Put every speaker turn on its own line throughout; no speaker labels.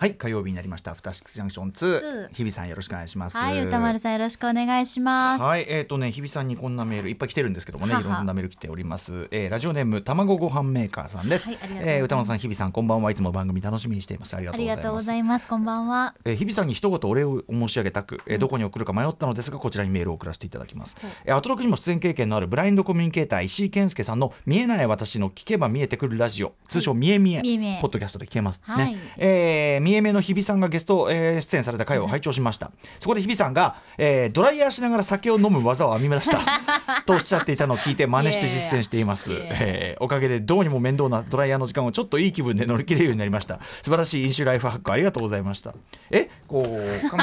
はい火曜日になりましたアフターシックスジャンクション2日比さんよろしくお願いします
はい歌丸さんよろしくお願いします
はいえっ、とね日比さんにこんなメールいっぱい来てるんですけどもねいろんなメール来ております、えー、ラジオネーム卵ご飯メーカーさんです、
はいありがとうございます
えー歌丸さん日比さんこんばんはいつも番組楽しみにしていますありが
あ
とう
り
ございま
が
す
とうございますこんばんは
えー日比さんに一言お礼を申し上げたく、えーどこに送るか迷ったのですがこちらにメールを送らせていただきます、
はい
えーアトロクにも出演経験のあるブラインドコミュニケーター石井健介さんの「見えない私の聞けば見えてくるラジオ」通称「見え見え」
見え見え
ポッドキャストで聞けます、ね
はい
えー見え見えの日比さんがゲスト、えー出演された回を拝聴しました、そこで日比さんが、えードライヤーしながら酒を飲む技を編み出した とおっしゃっていたのを聞いて真似して実践しています、
いやいやいや
えーおかげでどうにも面倒なドライヤーの時間をちょっといい気分で乗り切れるようになりました素晴らしい飲酒ライフハックありがとうございましたえこう 紙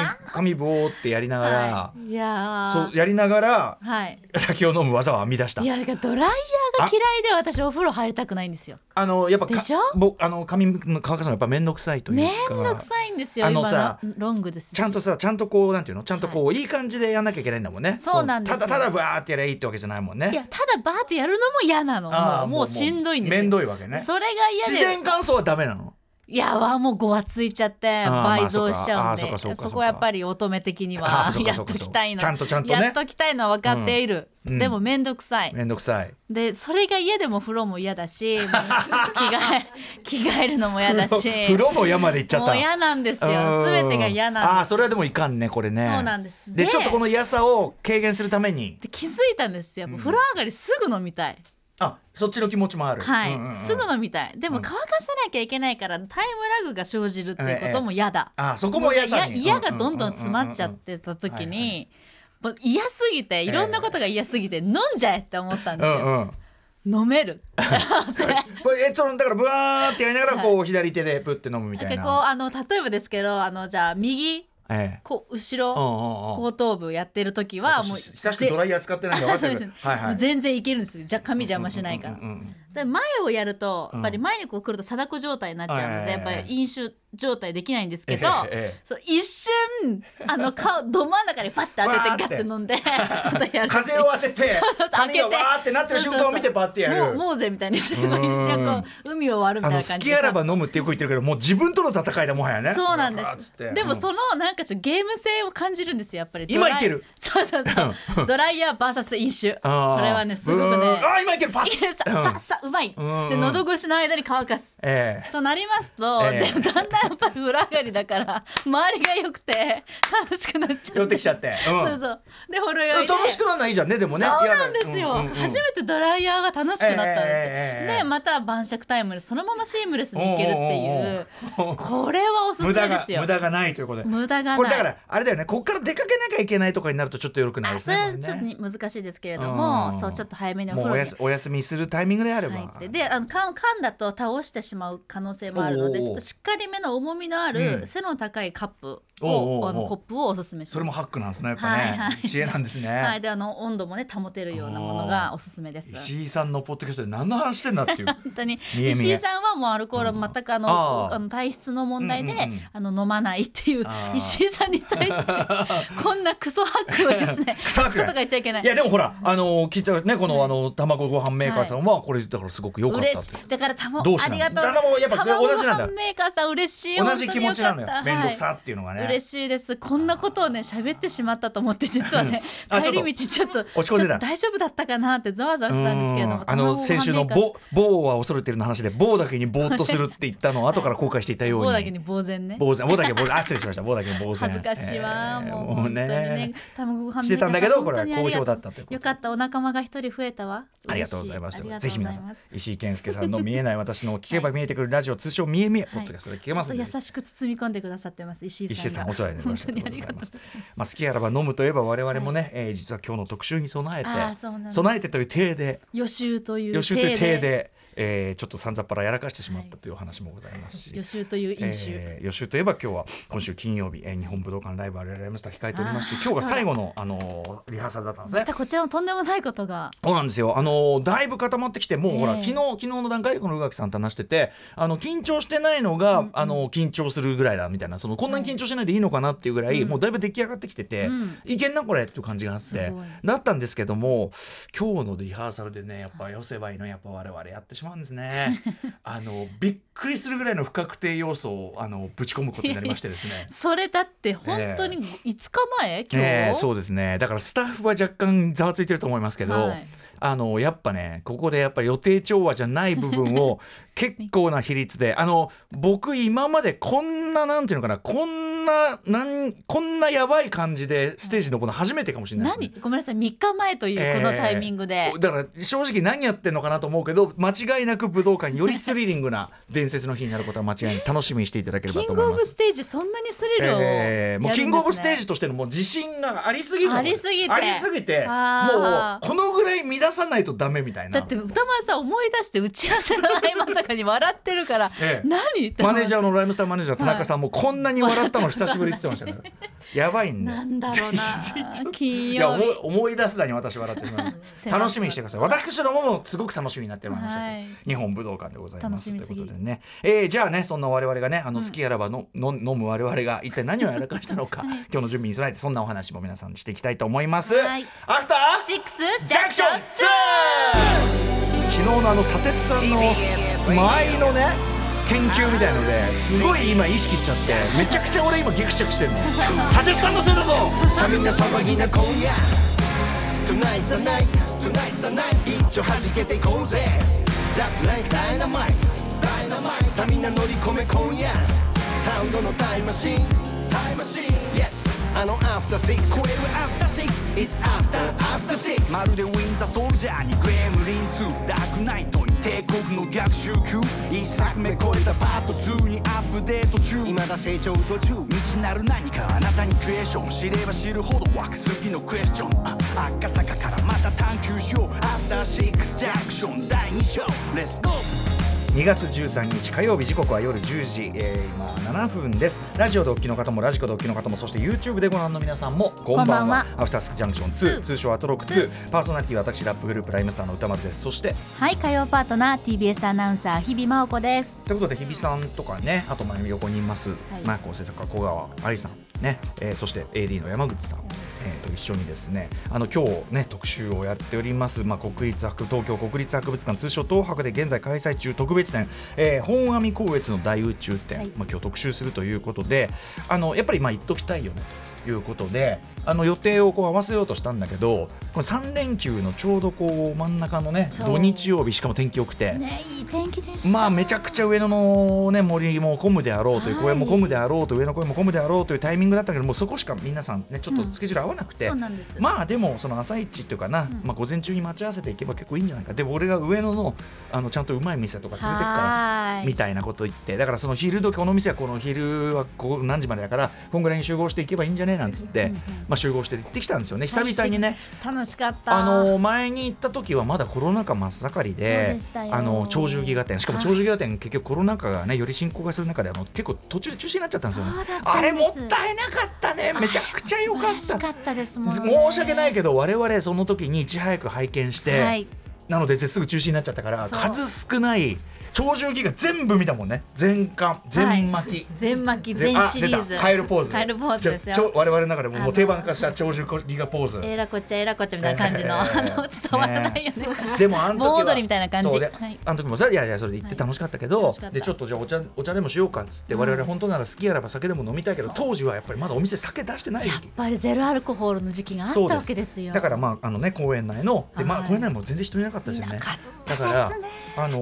紙棒ってやりながら、
いやー
そうやりながら
はい
酒を飲む技を編み出した
いやだからドライヤーが嫌いで私お風呂入りたくないんですよ
あのやっぱか
でしょ
ぼあの髪の乾かすのやっぱ面倒くさいという
め
か
んどくさいんですよ
あのさ
今のロングですし
ちゃんとさちゃんとこうなんていうのちゃんとこう、い、い感じでやんなきゃいけないんだもんね
そうなんですよ
ただただブワーってやりゃいいってわけじゃないもんね
いやただバーってやるのも嫌なの
あー
もうもうしんどいんですよ
面倒いわけね
それが嫌で
自然乾燥はダメなの
いやわもうごわついちゃって
あーまあ
倍増しちゃうんで、
そうかあーそうかそうかそうか
こはやっぱり乙女的に
あー
は
そうか
や
そう
っ
か
と
そうか
きたいの
ちゃんとちゃんとね
やっときたいのは分かっている、
うんうん
でも面倒くさい、
面倒くさい
でそれが嫌でも風呂も嫌 だしもう着替え着替えるのも嫌だし
風 呂風呂も山で行っちゃった
もう嫌なんですよ
うん
全てが嫌なん
あ
で
あそれはでもいかんねこれね
そうなんです
で
で
ちょっとこの嫌さを軽減するために
すで気づいたんですよ、もう風呂上がりすぐ飲みたい
あそっちの気持ちもある
はい、
うんうんうん
すぐ飲みたいでも乾かさなきゃいけないからタイムラグが生じるっていうことも嫌だ、
あそこも嫌さ
もう
に
嫌がどんどん詰まっちゃってた
う
時
んうんうんうん
にもう嫌すぎていろんなことが嫌すぎて飲んじゃえって思ったんで
う
す
ん
よ、
うん
飲める
これえそのだからブワーってやりながらこう左手でプって飲むみた
で
い
こう
な
あの例えばですけどあのじゃあ右
ええ
こう後
うんう
ろ
んうん
後頭部やってる時はもう
私久しくドライヤー使ってないんで分かってるけど はいは
も
いう
全然いけるんですよじゃあ髪邪魔しないから。
うんうんうん
で前をやると
うん
やっぱり前にこう来ると貞子状態になっちゃうので、
はいはいはい
やっぱり飲酒状態できないんですけど、
ええええ
そう一瞬あ の顔ど真ん中にパッて当
わーって
ててガッて飲んでまたやる
風を当てて
開け
髪
て
がわーってなってる瞬間を見てバッてや
もう
る
もうぜみたいにすごい一
うん
瞬こう海を割るみ
あ
た
の
いな感
好
じ
き
で
あらば飲むってよく言ってるけどもう自分との戦いだもはやね
そうなんで
わーっつ
す
って
でも
うん
そのなんかちょっとゲーム性を感じるんですよやっぱり
今
ドライ
いける
そうそうそうドライヤー VS 飲酒これ
あー
はねすごく
うー
ね
んあー今いけるパッ
いけるさ
うん
ささうまいで
うん
喉越しの間に乾かす
ええ
となりますと、
ええ
でもだんだんやっぱり裏上がりだから周りが良くて楽しくなっちゃう
寄ってきちゃって、うん
そうそうでほろ酔いで
楽しくなるのはいいじゃんねでもね
そうなんですよ、
嫌だうんうんうん
初めてドライヤーが楽しくなったんですよ、
ええ
でまた晩酌タイムでそのままシームレスにいけるっていう
おうおうおう
これはおすす
無駄
めで
が
すよ
無駄がないということで
無駄がない
これだからあれだよねこっから出かけなきゃいけないとかになるとちょっとよくなるで
あ
す
それ
ね
はちょっと
これね
に難しいですけれど
うん
もそうちょっと早めにお
もう
風
おや
呂に
すお休みするタイミングであれば、
入ってであの缶缶だと倒してしまう可能性もあるの
おうおうお
で
う
ちょっとしっかりめの重みのあ
う
る
ん
背の高いカップを、
おうおうおう
あのコップをおすすめします
それもハックなんですねやっぱね、
はいはい
知恵なんですね、
はい、であの温度もね保てるようなものがおすすめです
石井さんのポッドキャストで何の話してんだっていう
本当に
見え見え
石井さんはもうアルコールは全くあの,、
あー
あの体質の問題で、
うんうんうん
あの飲まないっていう
あー
石井さんに対して こんなクソハックをですね
クソハック
クソとか言っちゃいけない
いやでもほらあの聞いたねこのあの卵ご飯メーカーさんはこれだからすごく良かった
嬉
っ
していだからたま
同
あ
志な
り
んだ
がとう
卵もやっぱ
卵
同じなんだ
ご飯メーカーさん嬉しい
同じ気持ちなのよ
本当に
面倒
よかった
くさっていうのがね、
嬉しいですこんなことをね喋ってしまったと思って実はね
あちょ
帰
っと
り道ちょっと
落ち込んでた
ちょっと大丈夫だったかなってざわざわしたんですけれど
う
も
んあの
卵ご飯
先週の
メーカー
ぼ「棒は恐れてる」の話で「棒だけにぼーっとする」って言ったのを後から後悔していたように。
棒だけに呆然ね
坊主坊だけ坊主あ失礼しました坊だけ坊主
恥ずかしいわ、もう
もう
本当にね
ね
卵ご飯
してたんだけどこれは
本当に
好
ありがと
評
う
だったということ
よかったお仲間が一人増えたわ
ありがとうございます
嬉し
ぜひ皆さ
ありが
ん
とう
石井健介さんの「見えない私の聞けば見えてくるラジオ」通称「見え見え」ポッドキャストで聞け
ございま
ますすので
優しく包み込んでくださってます石井さんが
石井さんお世話になりました
本当にありがとうございます
まあ、好きあらば飲むといえば我々もね、えー実は今日の特集に備えて
あーそうなんです
備えてという体で
予習という
予習という
体
体で、えーちょっとさんざっぱらやらかしてしまったというお話もございますし、
予習という飲酒、
えー予習といえば今日は今週金曜日、えー日本武道館ライブあれやりました控えておりまして
あー
今日が最後の、あのーリハーサルだったんです
ま
ね
た。こちらもとんでもないことが
そうなんですよ、あのーだいぶ固まってきてもうほら、
ええ
昨日昨日の段階でこの宇垣さんと話しててあの緊張してないのが、あのー緊張するぐらいだみたいなそのこんなに緊張しないでいいのかなっていうぐらい、もうだいぶ出来上がってきてて、
うん
いけんなこれっていう感じがあって
すごい
だったんですけども今日のリハーサルでねやっぱ寄せばいいのやっぱ我々やってしまうんです ねあのびっくりするぐらいの不確定要素をあのぶち込むことになりましてですね
それだって本当に5日前、 今日、
ええそうですねだからスタッフは若干ざわついてると思いますけど、
はい
あのやっぱねここでやっぱり予定調和じゃない部分 を結構な比率であの僕今までこんななんていうのかなこんななんこんなやばい感じでステージに登るの初めてかもしれないですね
何ごめんなさい3日前というこのタイミングで、
だから正直何やってんのかなと思うけど間違いなく武道館よりスリリングな伝説の日になることは間違いない楽しみにしていただければ
キ
と
ング
思い
オ
ま
ブ
す
ス。テージそんなにスリルをやるんです、ね
えーもうキングオブステージとしてのもう自信がありすぎるの
ありすぎて
ありすぎても
あ
う
ー
このぐらい乱さないとダメみたいな
だって歌丸さん思い出して打ち合わせの合間とかに笑って るから、
ええ
何って
マネージャーのライムスターマネージャー田中さんもこんなに笑ったの久しぶりって言ってましたねやばいんで
なんだろうな金
いや
曜
思い
日
思い出すだに私笑ってしまいました 楽しみにしてください私どももすごく楽しみになってまいりましたと、
はい
日本武道館でございます
楽しみ
と
す
い
ぎ
うことでね、えーじゃあねそんな我々がねあの好きやらばの、の飲む我々が一体何をやらかしたのか、今日の準備に備えてそんなお話も皆さんにしていきたいと思います、
はい
アフター
シックス
ジ
ジ
ャ
ャ
ク
ク
シ
シ
ョ
ョ
ン
ン
2! 昨日のあの砂鉄さんの間合いのね研究みたいのですごい今意識しちゃってめちゃくちゃ俺今ギクシャクしてるの砂鉄さんのせいだぞ
さあみんな騒ぎな今夜 Tonight's the night Tonight's the night 一丁弾けていこうぜ Just like dynamite Dynamite さあみんな乗り込め今夜サウンドのタイムマシンタイムマシン Yes あのアフターシックスこれはアフターシックス It's after after six
まるでウィンターソルジャーにグレムリン2ダークナイトに帝国の逆襲級一作目超えたパート2にアップデート中
未だ成長途中
未知なる何かあなたにクエスチョン知れば知るほど湧く次のクエスチョンあ赤坂からまた探求しようアフターシックスジャクション第2章レッツゴー
2月13日火曜日時刻は夜10時、えー今7分ですラジオ同期の方もラジコ同期の方もそして YouTube でご覧の皆さんもこんばんは
こんばん
アフタースクジャンクション2
ツー
通称アトロック
ツ
2パーソナリティは私ラップグループライムスターの歌丸ですそして
はい火曜パートナー TBS アナウンサー日比真央子です
ということで日比さんとかねあとまあ横にいます、
い
マーク制作家小川ありさんね、えーそして AD の山口さん、えーと一緒にですねあの今日ね特集をやっておりますまあ国立博東京国立博物館通称東博で現在開催中特別展、えー本阿弥光悦の大宇宙展、
はい
まあ今日特集するということであのやっぱりまあ言っときたいよねということであの予定をこう合わせようとしたんだけどこの3連休のちょうどこう真ん中のね
そう
土日曜日しかも天気良くて、
ねいい天気でした
まあめちゃくちゃ上野の、ね、森も混むであろうという
はい
公園も混むであろうと上野公園も混むであろうというタイミングだったけどもうそこしか皆さん、ね、ちょっとスケジュール合わなくて、
そうなんです、
まあでもその朝一っていうかな、まあ、午前中に待ち合わせていけば結構いいんじゃないかでも俺が上野のあのちゃんとうまい店とか連れてくから。
はーい
みたいなこと言ってだからその昼時この店はこの昼はここ何時までだからこんぐらいに集合していけばいいんじゃねえなんつって、まあ、集合して行ってきたんですよね久々にね、
楽しかった
あの前に行った時はまだコロナ禍真っ盛り
そう
で
でしたよ
あの鳥獣戯画展しかも
はい
鳥獣戯画展結局コロナ禍がねより進行がする中であの結構途中で中止になっちゃったんですよね
そうだったんです
あれもったいなかったねめちゃくちゃ良かっ
素
た
晴らしかったですもん、ね、
申し訳ないけど我々その時にいち早く拝見して、
はい
なのですぐ中止になっちゃったから
そう
数少ない鳥獣戯画全部見たもんね全巻全巻き、
全巻き
ぜ
全シリー
あ出
ズ
たカエルポーズ
カエルポーズです
ちょ
よ
ちょ我々の中でももう定番化した鳥獣戯画ポーズ、
えらこっちゃえらこっちゃみたいな感じの、
えー
あの伝わらないよね
でもあの時は
盆踊りみたいな感じ
そうで
はい
あの時もさいやいやそれで行って楽しかったけど、
楽しかった
でちょっとじゃあお茶お茶でもしようかっつって、我々本当なら好きやらば酒でも飲みたいけど当時はやっぱりまだお店酒出してない
やっぱりゼロアルコホールの時期があった
そうです
わけですよ
だからまああのね公園内のでまあ
はい
公園内も全然人いなかったですよね
いなかっ
だからあの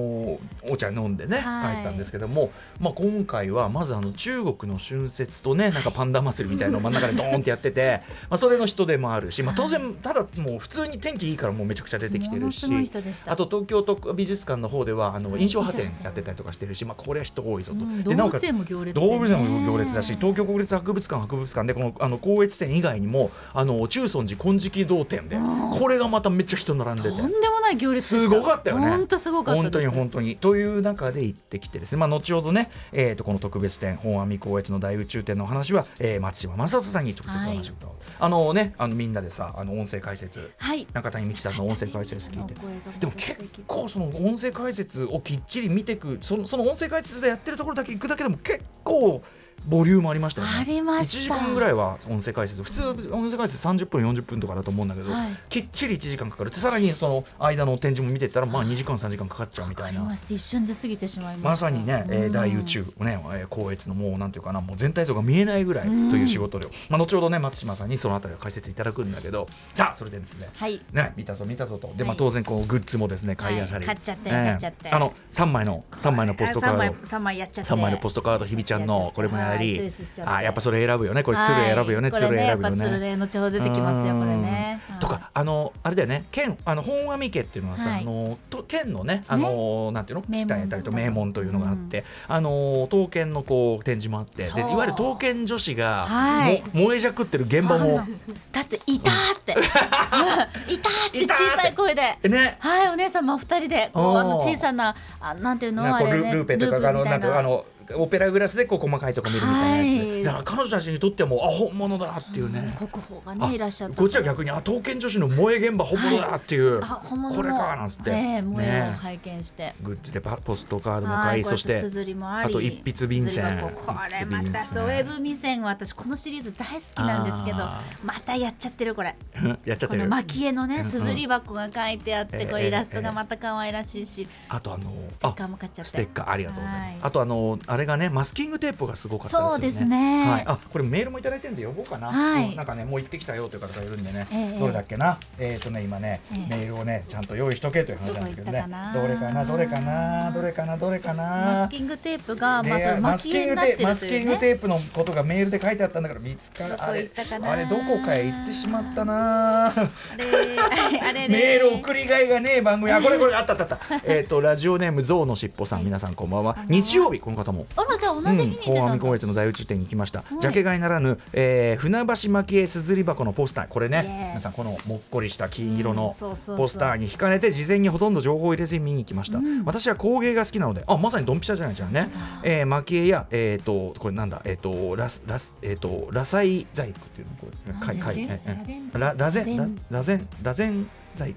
お茶飲んでね
はい
帰ったんですけども、まあ今回はまずあの中国の春節とねなんかパンダ祭りみたいなのを真ん中でドーンってやって て、まあそれの人出もあるし、まあ当然ただもう普通に天気いいからもうめちゃくちゃ出てきて
も
る
の
し
すごい人でした
あと東京都美術館の方ではあの
はい
印象派
印象
展
派展
やってたりとかしてるし、まあ、これは人多いぞと、
うん
でなおかつ
動物園も行列でね
動物園も行列だし東京国立博物館博物館でこのあの光悦展以外にもあの中尊寺金色堂店でこれがまためっちゃ人並んでて
と。んでもない行列でした
すごかったよね。
本当すごかったです
本当に本当に。という中で行ってきてですね、まあ、後ほどね、えー、とこの特別展、本阿弥光悦の大宇宙展の話は、えー松島正人さんに直接お話を伺う、あのね、あのみんなでさ、あの音声解説、
はい
中谷美紀さんの音声解説聞いて
中谷美紀さんのお声が
でも結構その音声解説をきっちり見てくそのその音声解説でやってるところだけ行くだけでも結構ボリュームありましたよね
ありま
1
し
時
た
間ぐらいは音声解説普通音声解説30分40分とかだと思うんだけど、
はい
きっちり1時間かかるでさらにその間の展示も見てったらまあ2時間3時間かかっちゃうみ
わ
た
か
い
り
な
ました一瞬で過ぎてしまいま
ま
し
さ
た
にね、えー大宇宙ね、えー光悦のもうなんていうかな、もう全体像が見えないぐらいという仕事量。まあ後ほどね、松島さんにそのあたりを解説いただくんだけど、さあそれでですね。
はい
ね、見たぞ見たぞと、でま
は
あ
い
当然こうグッズもですね、買いあさり、
はい買っちゃって
え
買っちゃって
あの三枚の三枚のポストカ
あ
ード
三枚。三枚やっちゃって
三枚のポストカードひびちゃんのこれもや
はいチョ
り
イスしちゃって
あやっぱそれ選ぶよねこれ鶴
はい
選ぶよね
こ
鶴
れね
選ぶよ
やっぱ鶴
ね
ね後ほど出てきますよこれね
うん
はい
とかあのあれだよね県あの本阿弥家っていうのはさ、
はい
あのと県のねあのなんていうの
名門
北へたりと
だった
名門というのがあって、あの刀剣のこう展示もあってでい
そう
わゆる刀剣女子が、
はい
も燃えじゃくってる現場も
あらだっていたーって、いたーって小さい声で
えね
はいお姉さんも二人でこ
お
う
ー
あの小さなあなんていうの
なん
あ
かこう
れ
ル
ね
ルーペとかあの
みた
ないんていうのあのオペラグラスでこう細かいとこ見るみたいなやつ、
はい
だから彼女たちにとってはもうあ本物だっていうね。
国宝が
あ
ねいらっしゃった
こっちは逆にあ刀剣女子の萌え現場本物だっていう、
あ本物の
これかなんつって、
ねえ模様を
ね
拝見して、
グッズでパポストカードも
は
買
い
い
こう
そ
やっ
してて
硯もあ
あ
り
と一筆便箋
硯箱これまたそうウェブ便箋私このシリーズ大好きなんですけど
あ
またやっちゃってるこれ
うんやっちゃっ
こ
て
の
る
蒔絵の
うんう
ね
ん
硯箱が書いてあっ
ええ
てこれイラストがまた可愛らしいし
あとあの
ステッカーも買っちゃって
ステッカーありがとうございます、
はい
あとあのあれがねマスキングテープがすごかったですよね
そうですね
はい、あこれメールもいただいてるんで呼ぼうかな、
はい
うんなんかねもう行ってきたよという方がいるんでね、
ええ
どれだっけなえっ、とね今ね、
ええ
メールをねちゃんと用意しとけという話なんですけどね
ど
ど
こ行
れ
った
か
か
な
な
どれかなどれかなどれか
マ
な
スキングテープがまあ
で
その
マ
蒔
スキン
絵
グ
になって
テ
る
ーマ
と
ス
い
キ
う
ング
ね
テープのことがメールで書いてあったんだから見つか
どこ
らあれ
行ったかな
あれどこかへ行ってしまったな
あれあれあ れ
メール送りがいがねえ番組あこれこれあったあ ったあったえっとラジオネームゾウのしっぽさん皆さんこんばんは日曜日この方も
あらじゃあ同じ日に出
うん、本阿弥
たんだ
光悦の大宇宙展に行きました、
い
ジャケ買いならぬ、えー、船橋蒔絵すずり箱のポスターこれね
Yes
皆さんこのもっこりした金色
うん
の
そうそうそう
ポスターに惹かれて事前にほとんど情報を入れずに見に行きました、私は工芸が好きなのであまさにドンピシャじゃないじゃんねえー蒔絵やえっ、とこれなんだえっ、とラスラスえっ、と螺細細工っていうのこれ貝貝
何
ええ
螺鈿細工
ラ螺旋
螺
螺螺
鈿
旋螺旋細工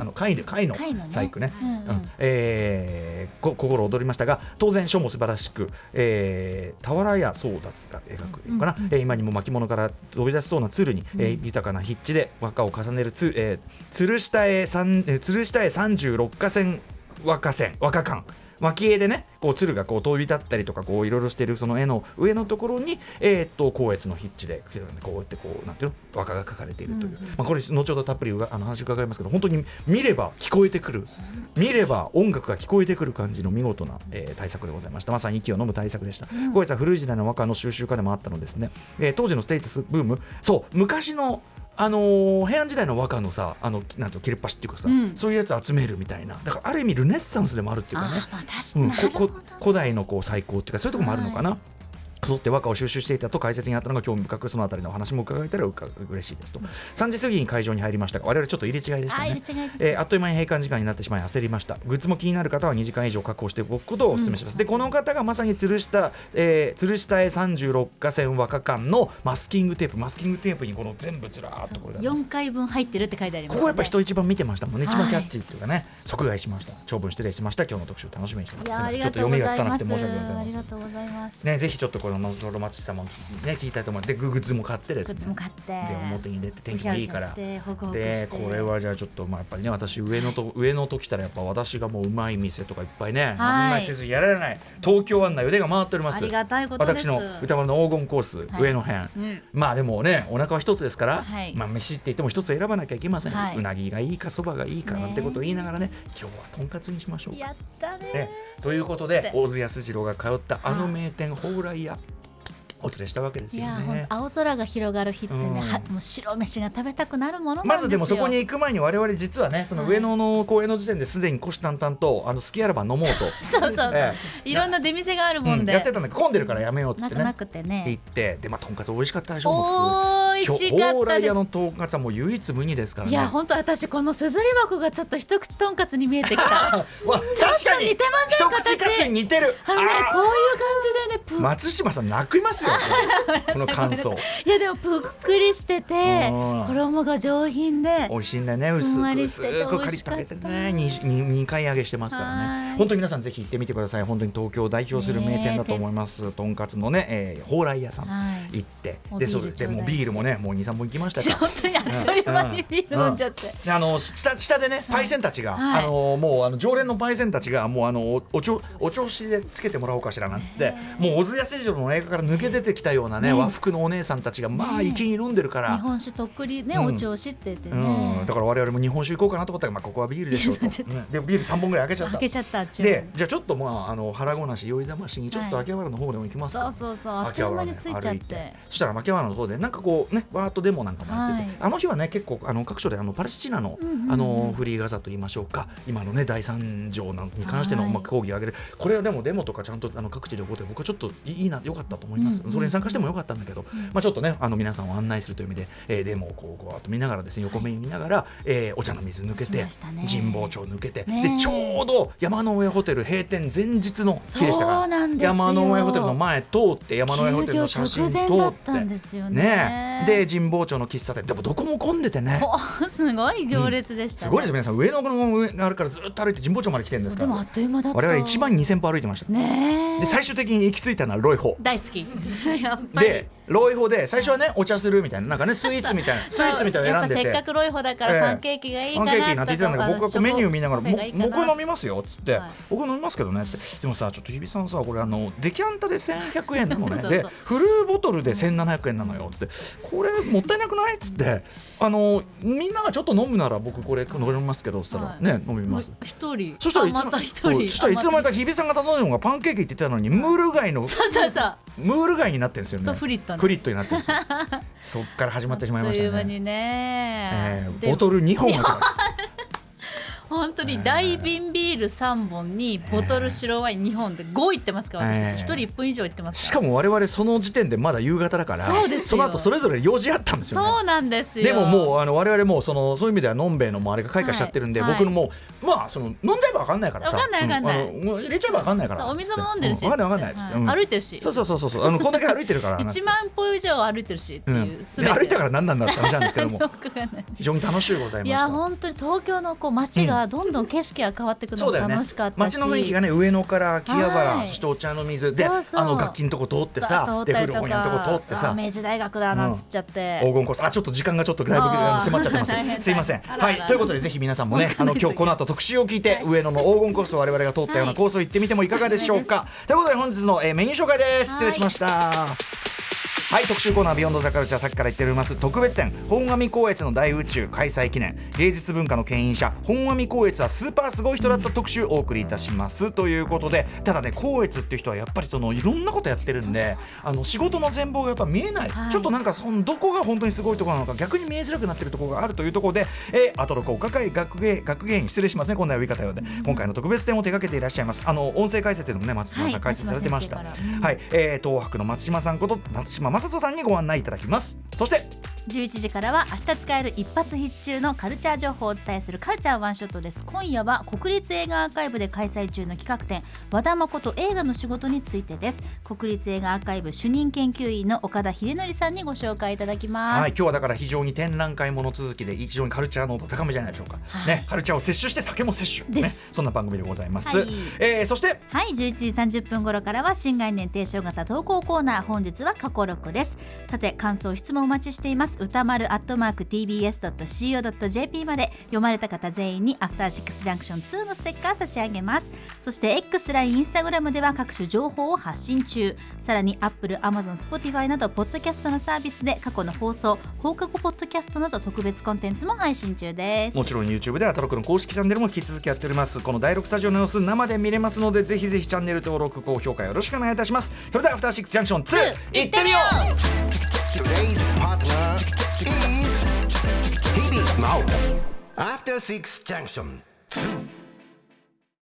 あの貝で貝の
貝のね
細工ね
うんうん
うんえーこ心躍りましたが当然書も素晴らしく、えー、俵や宗達が描くのかな、えー今にも巻物から飛び出しそうな鶴に、えー豊かな筆致で和歌を重ねるつ、えー、鶴下へ三えー鶴下へ36花線和歌線和歌館蒔絵でねこう鶴がこう飛び立ったりとかこういろいろしてるその絵の上のところに、えーっと光悦の筆致でこうやってこうなんていうの和歌が書かれているという、まあ、これ後ほどたっぷりうがあの話伺いますけど本当に見れば聞こえてくる見れば音楽が聞こえてくる感じの見事な、えー対策でございましたまさに息を飲む対策でした光悦は古い時代の和歌の収集家でもあったのですね、えー当時のステータスブームそう昔のあのー平安時代の和歌のさあのなんていうの切れっ端っていうかさ、
うん
そういうやつ集めるみたいなだからある意味ルネッサンスでもあるっていうかね
あまあ確か
う
に
ん、
なる
こ
ほ
こ
ど
古代のこう最高っていうかそういうところもあるのかな。そって和歌を収集していたと解説にあったのが興味深くそのあたりのお話も伺えたらうか嬉しいですと3時過ぎに会場に入りましたが我々ちょっと入れ違いでした
あ入れ違
ね
いですね
えーあっという間に閉館時間になってしまい焦りましたグッズも気になる方は2時間以上確保しておくことをお勧めします、でこの方がまさに鶴下、えー、鶴下へ36河川和歌館のマスキングテープマスキングテープにこの全部ずらーっとこれがね
4回分入ってるって書いてあります
こ
ね
こやっぱ人一番見てましたもんね、
はい
一番キャッチーっていうかね、即買いしました。長文失礼しました。今日の特集楽しみにしてます。
い
す
や
いま
あ
せ
り
んちょ
が
っと読み
とうご
が
ざ
伝
い
わらなくて申
ます
し訳ございませ
ありがとうございます
ん。ね、ぜひちょっとこののろ町さんもね、聞いたいと思うので、グッズも買ってですね。
グッズも買って
で、表に出て、天気もいいから
う。ひゃうひゃしてホクホクして
で、これはじゃあちょっと、まあやっぱりね、私上野と、上野と来たらやっぱ私がもううまい店とかいっぱいね、
はい
案内せずやられない。東京案内腕が回っております。
ありがたいことです
私の歌丸の黄金コース、
はい
上野編。
うん
まあでもねお腹は一つですから、
はい
まあ飯って言っても一つ選ばなきゃいけません、
はいう
なぎがいいかそばがいいか
ね
なんてことを言いながらね今日はとんかつにしましょうか。
やったね
ね、ということで大津安二郎が通ったあの名店蓬莱屋お連れしたわけです
い
よ
やほん
ね
と。青空が広がる日ってね、
うん
はもう白飯が食べたくなるものなんですよ
まずでもそこに行く前に我々実はねその上野の公園の時点ですでに虎視眈々とあの好きあらば飲もうと、
そうそうそう、
ええ
いろんな出店があるもん
うん
で、
やってたんだけど混んでるからやめようっつっ
な
て
く
ね
なくてね
行ってでまあとんかつ美味しかったでしょもうす
お美味しか
今日
っ
オーラ
た
イ
で
ヤの
す
とんかつはもう唯一無二ですから
い
ね
や本当私このすずり箱がちょっと一口とんかつに見えて きた
わ
ちょっと
確かに
似てません
一口かつに似てる
あのね
あー
こういう感じでねぷ
松島さん泣き ますよこの感想
いやでもぷっくりしてて
うん
衣が上品で
美味しいんだよね薄
ふんわ
く
りしてて
薄くカリッと揚げて
美
ね
味し
2, 二回揚げしてますから
は
ね
い
本当に皆さんぜひ行ってみてください本当に東京を代表する名店だと思います、とんかつのね、えー、蓬莱屋さん
はい
行って、
お
で
ビー
そ
ル
れで
頂戴
もうビールもねもう23本行きました
ちょ
か
っとやっという間にビール飲んじゃって、
であの下下でねパイセンたちが、
はい
あのもうあの常連のパイセンたちがもうあのおおちょお調子でつけてもらおうかしらなんつってもう小津安二郎の映画から抜け出てきたようなね
ね
和服のお姉さんたちがまあ
ね
生に飲んでるから、
日本酒とっくりね、
うん
お調子って言ってね、
うん、だから我々も日本酒行こうかなと思ったら、まあ、ここはビールでしょう と、うんでビール3本ぐらい開けちゃった
開けちゃったあっちゅう
でじゃあちょっとまああの腹ごなし酔いざましにちょっと
はい
秋葉原の方でも行きますか、
そうそうそうあっと
秋
い
葉
う間
原
に
ね
ついちゃ
歩
っ
い
て
てそしたら秋葉原の方でなんかこうねわーっとデモなんかもやってて、
はい
あの日はね結構あの各所であのパレスチナの,、
うんうんうん
あのフリーガザと言いましょうか今のね第三条なんに関しての、
はい
まあ、抗議を上げるこれはでもデモとかちゃんとあの各地で起こって僕はちょっといいな良かったと思います、
うんうん
それに参加しても良かったんだけど、まあ、ちょっとねあの皆さんを案内するという意味で、えーデモをこうこうあと見ながらですね横目に見ながら、えーお茶の水抜けて
行きましたね
神保町抜けて、
ね
でちょうど山の上ホテル閉店前日の日でしたから
そうなんですよ
山の上ホテルの前通って山の上ホテルの写真
休
通
業直前だ
っ
ったん
て。
ですよ
ね
ね
えで神保町の喫茶店でもどこも混んでてね
おすごい行列でした、
す
ね
ごいですよ皆さん上野の上があるからずっと歩いて神保町まで来てるんですか
でもあ
ら
っという間だった
我々1万2000歩歩いてました
ねえ
で最終的に行き着いたのはロイホ
大好き やっぱり
でロイホで最初はねお茶するみたいななんかねスイーツみたいなスイーツみたいなの選んでて
やっぱせっかくロイホだか
ええ
らパンケーキがいい
パ
か
ン
な
ケーキになっていたんだけど僕はメニュー見ながら「も
僕
僕飲みますよ」っつって
はい
「僕飲みますけどね」っつって「でもさちょっと日比さんさこれあのデキャンタで1100円なのね
そうそう
でフルボトルで1700円なのよ」っつって「これもったいなくない?」っつって「あのみんながちょっと飲むなら僕これ飲みますけど」っつったら
は
「
い
ね飲みます」
一人
そしたらい
あ
つの
また一
そう
人
そしたらいつの間に
か
か日比さんが頼んだのがパンケーキって言ってたのにムール貝の
そうそうそう
ムール貝になってるんですよね
とフリットね
フリットになってるんですよそっから始まってしまいました
あっとい
ね
う間にね、
えー
で
ボトル2本が来た
本当に大瓶ビール3本にボトル白ワイン2本で5いってますから私
えー
たち1人1分以上いってます
し
から
かも我々その時点でまだ夕方だから
そうですよ
の後それぞれ用事あったんですよね
そうなんですよ
でももうあの我々もうそのそういう意味ではのんべえのもあれが開花しちゃってるんで、
はい
僕のもうまあその飲んじゃえば分かんないからさ
わかんないわかんない
うんあのもう入れちゃえば分かんないから
そうお水も飲んでるし
う分かんない分かんないっつって、
はい歩いてるし
そうそうそうそうそうあのこんだけ歩いてるからなんつって
1万歩以上歩いてるしって
う
い
ん
う
です
べて
歩いたから何なんだって話なんですけど も
よくわかんない
非常に楽しゅうござい
い
まし
や
た
本当に東京のこう街がどんどん景色が変わっていくの
そ
も
うだよね
楽しかったし、
街の雰囲気がね上野から秋葉
は
原
い
そしてお茶の水で
そうそう
あの楽器のとこ通ってさ
通
で
ったり
古
とか
本屋のとこ通って
あ
さ
明治大学だなんつっちゃって、
黄金コースあちょっと時間がちょっとだいぶ
あー
あの迫っちゃってます
大変
すいません
大
はい
変あらあら
ということでぜひ皆さんもねあの今日この後特集を聞いて、上野の黄金コースを我々が通ったような
はい
コースを行ってみてもいかがでしょうか、ということで本日の、えーメニュー紹介です失礼しましたはい特集コーナー「ビヨンドザカルチャーさっきから言っております特別展本阿弥光悦の大宇宙開催記念芸術文化の牽引者本阿弥光悦はスーパーすごい人だった特集をお送りいたしますということでただね光悦っていう人はやっぱりそのいろんなことやってるんであの仕事の全貌がやっぱ見えない、
はい
ちょっとなんかそのどこが本当にすごいところなのか逆に見えづらくなってるところがあるというところで、えー、アトロクお抱え学芸学芸員失礼しますねこんな呼び方よで、今回の特別展を手掛けていらっしゃいますあの音声解説でもね松島さん解説されてました、は
はいい松島先生からうん
えー東博の松島さんこと松島正人さんにご案内いただきますそして
11時からは明日使える一発必中のカルチャー情報をお伝えするカルチャーワンショットです今夜は国立映画アーカイブで開催中の企画展和田誠映画の仕事についてです国立映画アーカイブ主任研究員の岡田秀則さんにご紹介いただきます、
はい、今日はだから非常に展覧会もの続きで非常にカルチャー濃度高めじゃないでしょうか、ね、カルチャーを摂取して酒も摂取、
で
ね、
す
そんな番組でございます、
はい
えーそして
はい、11時30分頃からは新概念提唱型投稿コーナー、本日は過去6です。さて、感想、質問お待ちしています。歌丸アットマーク tbs.co.jp まで読まれた方全員にアフターシックスジャンクション2のステッカー差し上げます。そして X、LINE、Instagram では各種情報を発信中。さらに Apple、Amazon、Spotify など、ポッドキャストのサービスで過去の放送、放課後ポッドキャストなど特別コンテンツも配信中です。
もちろん YouTube ではアトロックの公式チャンネルも引き続きやっておりますこの第6スタジオの様子生で見れますのでぜひぜひチャンネル登録高評価よろしくお願いいたしますそれではアフターシックスジャンクション2いってみよう
Today's partner is Hibi Mao. After Six Junction 2.